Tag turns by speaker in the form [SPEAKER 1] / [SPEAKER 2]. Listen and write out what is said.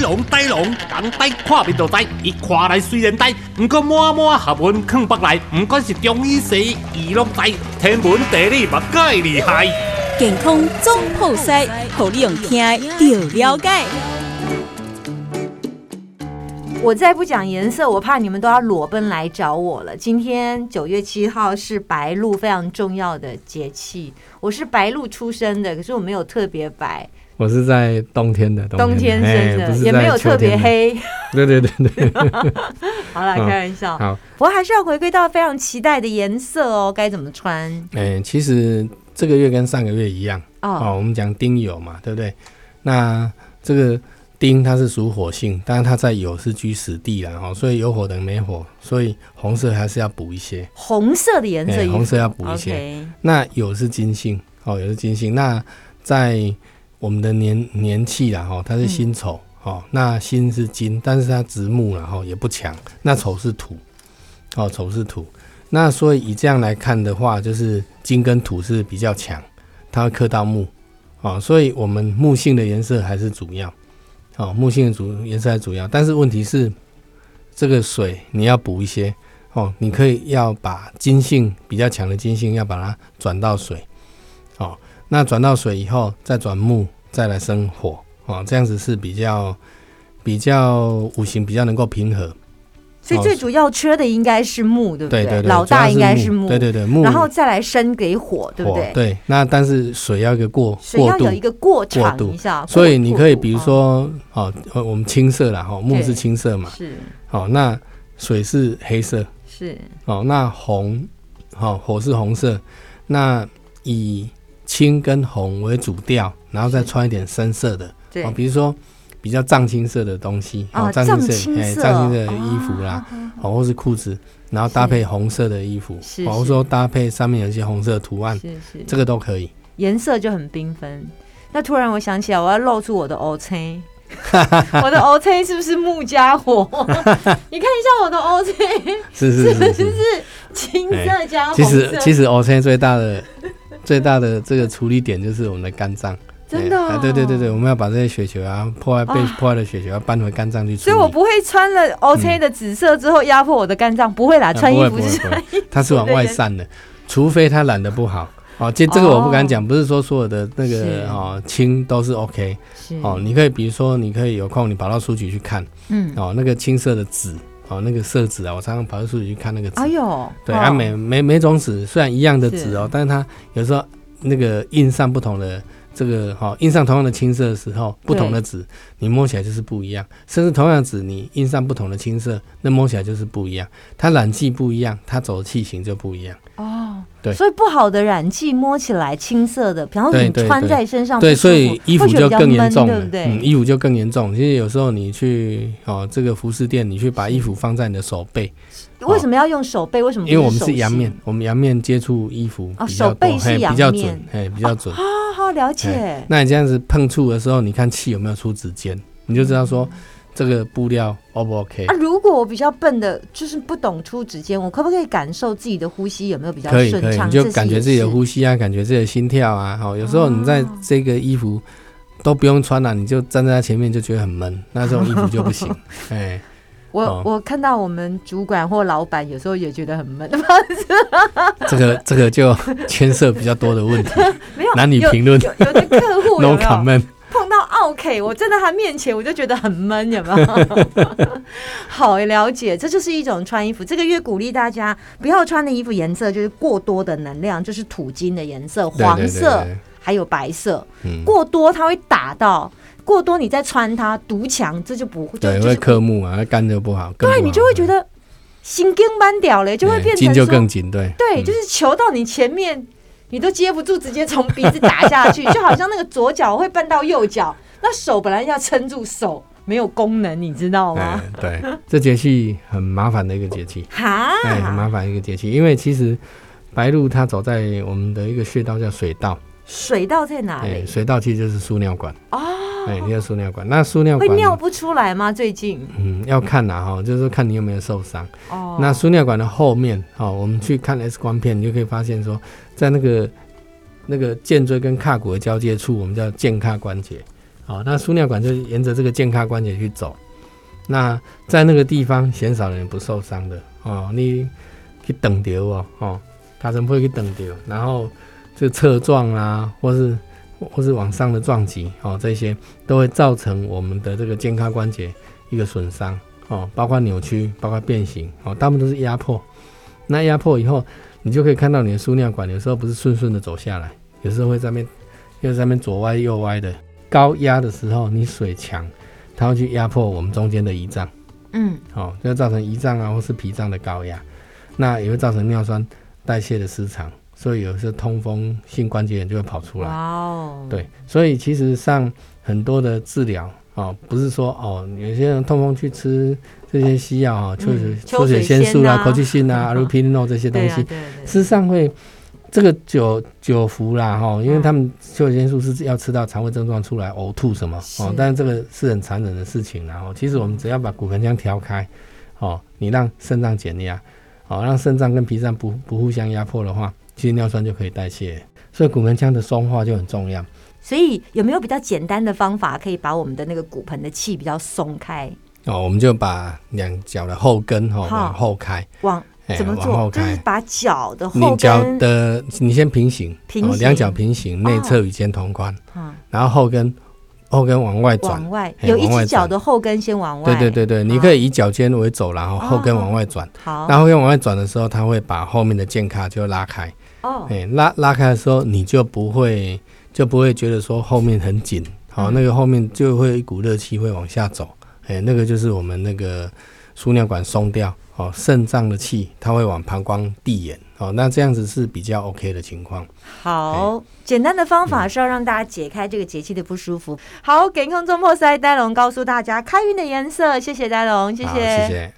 [SPEAKER 1] 龙呆龙，讲呆看面就呆，伊看来虽然呆，毋过满满学问藏北内，毋管是中医西医，伊拢知，天文地理嘛介厉害。
[SPEAKER 2] 健康总铺塞，互你用听的就了解。
[SPEAKER 3] 我再不讲颜色，我怕你们都要裸奔来找我了。今天九月七号是白露非常重要的节气，我是白露出生的，可是我没有特别白，
[SPEAKER 4] 我是在冬天的，
[SPEAKER 3] 冬天生
[SPEAKER 4] 哎不
[SPEAKER 3] 的，
[SPEAKER 4] 是
[SPEAKER 3] 也
[SPEAKER 4] 在
[SPEAKER 3] 没有
[SPEAKER 4] 秋
[SPEAKER 3] 特别
[SPEAKER 4] 天的。
[SPEAKER 3] 黑。
[SPEAKER 4] 对对对对，
[SPEAKER 3] 好啦，
[SPEAKER 4] 嗯
[SPEAKER 3] 开玩笑。
[SPEAKER 4] 好，
[SPEAKER 3] 不过还是要回归到非常期待的颜色哦，该怎么穿
[SPEAKER 4] 哎，其实这个月跟上个月一样
[SPEAKER 3] 哦？
[SPEAKER 4] 哦，我们讲丁酉嘛，对不对？那这个丁它是属火性，但是它在酉是居死地啦，哦，所以有火等于没火，所以红色还是要补一些。
[SPEAKER 3] 红色的颜色
[SPEAKER 4] 哎
[SPEAKER 3] 衣服，
[SPEAKER 4] 红色要补一些
[SPEAKER 3] OK，
[SPEAKER 4] 那酉是金星，哦，酉是金星。那在我们的年年气啦，哈、哦，它是辛丑，哦，那辛是金，但是它直木然后、哦、也不强。那丑是土，哦，丑是土。那所以以这样来看的话，就是金跟土是比较强，它会克到木，哦，所以我们木性的颜色还是主要，哦，木性的主颜色还是主要。但是问题是，这个水你要补一些，哦，你可以要把金性比较强的金性要把它转到水，哦，那转到水以后再转木，再来生火，哦，这样子是比较比较五行比较能够平和，
[SPEAKER 3] 所以最主要缺的应该是木，对不
[SPEAKER 4] 对对对，
[SPEAKER 3] 老大
[SPEAKER 4] 主要
[SPEAKER 3] 应该是
[SPEAKER 4] 木，对对对木，
[SPEAKER 3] 然后再来生给火，对不
[SPEAKER 4] 火
[SPEAKER 3] 对？
[SPEAKER 4] 对，那但是水要有一个过
[SPEAKER 3] 水
[SPEAKER 4] 过
[SPEAKER 3] 要
[SPEAKER 4] 渡
[SPEAKER 3] 有一。个过场
[SPEAKER 4] 过渡
[SPEAKER 3] 一下，
[SPEAKER 4] 所
[SPEAKER 3] 过
[SPEAKER 4] 以你可以
[SPEAKER 3] 过渡
[SPEAKER 4] 比如
[SPEAKER 3] 哦
[SPEAKER 4] 说，哦，呃我们青色啦，哈，木
[SPEAKER 3] 对
[SPEAKER 4] 是青色嘛，
[SPEAKER 3] 是
[SPEAKER 4] 好，那水是黑色，
[SPEAKER 3] 是
[SPEAKER 4] 哦，那红，好、火是红色，那以青跟红为主调，然后再穿一点深色的，
[SPEAKER 3] 对
[SPEAKER 4] 哦，比如说比较藏青色的东西，
[SPEAKER 3] 啊
[SPEAKER 4] 藏
[SPEAKER 3] 藏
[SPEAKER 4] 青色，
[SPEAKER 3] 青
[SPEAKER 4] 哎，
[SPEAKER 3] 色啊
[SPEAKER 4] 藏青色的衣服啦，哦，或是裤子，然后搭
[SPEAKER 3] 是
[SPEAKER 4] 配红色的衣服，
[SPEAKER 3] 是
[SPEAKER 4] 哦，或者
[SPEAKER 3] 是
[SPEAKER 4] 说搭配上面有一些红色的图案，
[SPEAKER 3] 是是，
[SPEAKER 4] 这个 都可以。
[SPEAKER 3] 颜色就很缤纷。那突然我想起来，我要露出我的 O C，我的 O C 是不是木加 火？你看一下我的 O C
[SPEAKER 4] 是是
[SPEAKER 3] 是不
[SPEAKER 4] 是
[SPEAKER 3] 是
[SPEAKER 4] 是。
[SPEAKER 3] 青色加啊红
[SPEAKER 4] 其
[SPEAKER 3] 色？
[SPEAKER 4] 实其实 OK 最大的最大的这个处理点就是我们的肝脏。
[SPEAKER 3] 真的、哦
[SPEAKER 4] 哎啊，对对对对，。我们要把这些血球啊，破坏被
[SPEAKER 3] 啊
[SPEAKER 4] 破坏的血球要搬回肝脏去处
[SPEAKER 3] 所
[SPEAKER 4] 理。
[SPEAKER 3] 以我不会穿了 O C 的紫色之后压迫我的肝脏，不会啦，
[SPEAKER 4] 嗯啊
[SPEAKER 3] 穿衣
[SPEAKER 4] 不
[SPEAKER 3] 服
[SPEAKER 4] 会不会
[SPEAKER 3] 是
[SPEAKER 4] 不会它是往外散的，除非它染的不好。哦，这这个我不敢讲，不是说所有的那
[SPEAKER 3] 是嗯
[SPEAKER 4] 个哦青都是 OK
[SPEAKER 3] 是
[SPEAKER 4] 哦，你可以比如说你可以有空你跑到书局去看
[SPEAKER 3] 嗯，
[SPEAKER 4] 哦，那个青色的纸哦，那个色纸啊，我常常跑到书局去看那个
[SPEAKER 3] 哎
[SPEAKER 4] 纸，
[SPEAKER 3] 呦，
[SPEAKER 4] 对，
[SPEAKER 3] 哦
[SPEAKER 4] 啊每每每种纸虽然一样的
[SPEAKER 3] 是
[SPEAKER 4] 纸哦，但是它有时候那个印上不同的这个哈、哦，印上同样的青色的时候，不同的纸你摸起来就是不一样，甚至同样的纸你印上不同的青色，那摸起来就是不一样，它染剂不一样，它走的器型就不一样。
[SPEAKER 3] 哦，
[SPEAKER 4] 对
[SPEAKER 3] 所以不好的染剂摸起来青色的，比方说
[SPEAKER 4] 对
[SPEAKER 3] 你
[SPEAKER 4] 对
[SPEAKER 3] 穿
[SPEAKER 4] 对
[SPEAKER 3] 在身上不
[SPEAKER 4] 对，
[SPEAKER 3] 舒服，
[SPEAKER 4] 所以衣服
[SPEAKER 3] 会觉得
[SPEAKER 4] 就
[SPEAKER 3] 比较
[SPEAKER 4] 更严
[SPEAKER 3] 闷
[SPEAKER 4] 重
[SPEAKER 3] 对
[SPEAKER 4] 了。
[SPEAKER 3] 不对？
[SPEAKER 4] 嗯，衣服就更严重。其实有时候你去哦这个服饰店，你去把衣服放在你的手背，
[SPEAKER 3] 为什么要用手哦背？为什么？
[SPEAKER 4] 因为我们是阳面，。我们阳面接触衣服
[SPEAKER 3] 哦
[SPEAKER 4] 比较
[SPEAKER 3] 手
[SPEAKER 4] 多，
[SPEAKER 3] 背是
[SPEAKER 4] 嘿
[SPEAKER 3] 阳
[SPEAKER 4] 比较
[SPEAKER 3] 面
[SPEAKER 4] 准，哎，比较准。
[SPEAKER 3] 好好了解
[SPEAKER 4] 哎，那你这样子碰触的时候，你看气有没有出指尖，你就知道说这个布料 O 不 OK？
[SPEAKER 3] 啊，如果我比较笨的，就是不懂出指尖，我可不可以感受自己的呼吸有没有比较
[SPEAKER 4] 可以
[SPEAKER 3] 顺
[SPEAKER 4] 可以，
[SPEAKER 3] 畅？
[SPEAKER 4] 你
[SPEAKER 3] 这
[SPEAKER 4] 就是感觉
[SPEAKER 3] 也
[SPEAKER 4] 自己的
[SPEAKER 3] 是
[SPEAKER 4] 呼吸啊，感觉自己的心跳啊。好，有时候你在
[SPEAKER 3] 哦
[SPEAKER 4] 这个衣服都不用穿了，你就站在它前面就觉得很闷，那这种衣服就不 行。哎，
[SPEAKER 3] 我、
[SPEAKER 4] 哦
[SPEAKER 3] 我看到我们主管或老板有时候也觉得很闷，
[SPEAKER 4] 这个这个就牵涉比较多的问题，
[SPEAKER 3] 没有
[SPEAKER 4] 男女
[SPEAKER 3] 有
[SPEAKER 4] 评论
[SPEAKER 3] 有有的客 户有
[SPEAKER 4] ，no
[SPEAKER 3] 没有
[SPEAKER 4] comment。
[SPEAKER 3] 碰到 OK，我站在他面前我就觉得很闷，有没有？ 好了解，这就是一种穿衣服。这个月鼓励大家不要穿的衣服颜色就是过多的能量，就是土金的颜色，
[SPEAKER 4] 对
[SPEAKER 3] 黄
[SPEAKER 4] 对对
[SPEAKER 3] 色
[SPEAKER 4] 对
[SPEAKER 3] 还有白色，
[SPEAKER 4] 嗯，
[SPEAKER 3] 过多它会打到，过多你再穿它独强，这就不会就
[SPEAKER 4] 对，
[SPEAKER 3] 就
[SPEAKER 4] 会
[SPEAKER 3] 是
[SPEAKER 4] 刻木啊，会干就不好。
[SPEAKER 3] 对你就会觉
[SPEAKER 4] 得
[SPEAKER 3] 得心经搬掉了，就会变
[SPEAKER 4] 筋
[SPEAKER 3] 成
[SPEAKER 4] 就
[SPEAKER 3] 说
[SPEAKER 4] 更紧，对
[SPEAKER 3] 对，
[SPEAKER 4] 嗯
[SPEAKER 3] 就是球到你前面，你都接不住，直接从鼻子打下 去，就好像那个左脚会绊到右脚，那手本来要撑住手，没有功能，你知道吗
[SPEAKER 4] 哎？对，这节气很麻烦的一个节气。
[SPEAKER 3] 哈，
[SPEAKER 4] 哎，很麻烦一个节气，因为其实白鹭它走在我们的一个穴道叫水道，
[SPEAKER 3] 水道在哪
[SPEAKER 4] 哎，
[SPEAKER 3] 里？
[SPEAKER 4] 水道其实就是输尿管，
[SPEAKER 3] 啊哦，
[SPEAKER 4] 哎，叫输尿管。那输尿
[SPEAKER 3] 会
[SPEAKER 4] 管，
[SPEAKER 3] 尿不出来吗？最近
[SPEAKER 4] 嗯，要看啦哈，就是说看你有没有受伤。
[SPEAKER 3] 哦，
[SPEAKER 4] 那输尿管的后面，哦，我们去看 X 光片，你就可以发现说，在那个那个剑椎跟胯骨的交界处，我们叫剑胯关节。好、那输尿管就是沿着这个健康关节去走。那在那个地方减少人不受伤的哦，你去等丢哦哦，他人会去等丢，然后这侧撞啦、或是或是往上的撞击哦，这些都会造成我们的这个健康关节一个损伤哦，包括扭曲，包括变形哦，大部分都是压迫。那压迫以后，你就可以看到你的输尿管有时候不是顺顺的走下来，有时候会在那边又在那边左歪右歪的。高压的时候，你水强，它会去压迫我们中间的胰脏，
[SPEAKER 3] 嗯，
[SPEAKER 4] 哦，就会造成胰脏啊或是脾脏的高压，那也会造成尿酸代谢的失常，所以有时候通风性关节炎就会跑出来
[SPEAKER 3] 哇。哦，
[SPEAKER 4] 啊对，所以其实上很多的治疗哦，不是说哦，有些人痛风去吃这些西药哦，秋水、
[SPEAKER 3] 嗯
[SPEAKER 4] 秋水仙
[SPEAKER 3] 秋水
[SPEAKER 4] 素
[SPEAKER 3] 仙啊
[SPEAKER 4] 口气辛 啊、阿鲁匹诺这些东
[SPEAKER 3] 对啊，
[SPEAKER 4] 西，
[SPEAKER 3] 对对对，
[SPEAKER 4] 事实上会这个九九服啦哈、哦，
[SPEAKER 3] 嗯
[SPEAKER 4] 因为他们秋水仙素是要吃到肠胃症状出来呕吐什么
[SPEAKER 3] 是
[SPEAKER 4] 哦，但是这个是很残忍的事情然后、其实我们只要把骨盆腔调开哦，你让肾脏减压，哦，让肾脏跟脾脏不不互相压迫的话，其实尿酸就可以代谢了，所以骨盆腔的松化就很重要。
[SPEAKER 3] 所以有没有比较简单的方法可以把我们的那个骨盆的气比较松开，
[SPEAKER 4] 哦，我们就把两脚的后跟哈、哦、
[SPEAKER 3] 好
[SPEAKER 4] 往后开，
[SPEAKER 3] 往
[SPEAKER 4] 哎
[SPEAKER 3] 怎么
[SPEAKER 4] 往
[SPEAKER 3] 做？
[SPEAKER 4] 后
[SPEAKER 3] 就是
[SPEAKER 4] 开。
[SPEAKER 3] 把脚的
[SPEAKER 4] 你
[SPEAKER 3] 后
[SPEAKER 4] 脚
[SPEAKER 3] 跟，
[SPEAKER 4] 的你先平行，
[SPEAKER 3] 平行
[SPEAKER 4] 哦，两脚平行，内侧与肩同宽，
[SPEAKER 3] 嗯，
[SPEAKER 4] 然后后跟后跟往外转
[SPEAKER 3] 往。外，
[SPEAKER 4] 哎
[SPEAKER 3] 有一
[SPEAKER 4] 往
[SPEAKER 3] 只
[SPEAKER 4] 外
[SPEAKER 3] 脚
[SPEAKER 4] 转
[SPEAKER 3] 的后跟先往外，哦
[SPEAKER 4] 对对，对对，你可以以脚尖为轴，然后后跟往外转。
[SPEAKER 3] 好，
[SPEAKER 4] 那后跟往外转的时候，它会把后面的健卡就拉开。
[SPEAKER 3] 哦，
[SPEAKER 4] 哎，拉拉开的时候，你就不会就不会觉得说后面很紧，好、
[SPEAKER 3] 嗯
[SPEAKER 4] 那个后面就会有一股热气会往下走，哎，那个就是我们那个输尿管松掉，哦，肾脏的气它会往膀胱递延，哦，那这样子是比较 OK 的情况。
[SPEAKER 3] 好，简单的方法是要让大家解开这个节气的不舒服。好，健康中破塞，呆龙告诉大家开运的颜色，谢谢呆龙，谢
[SPEAKER 4] 好，谢谢。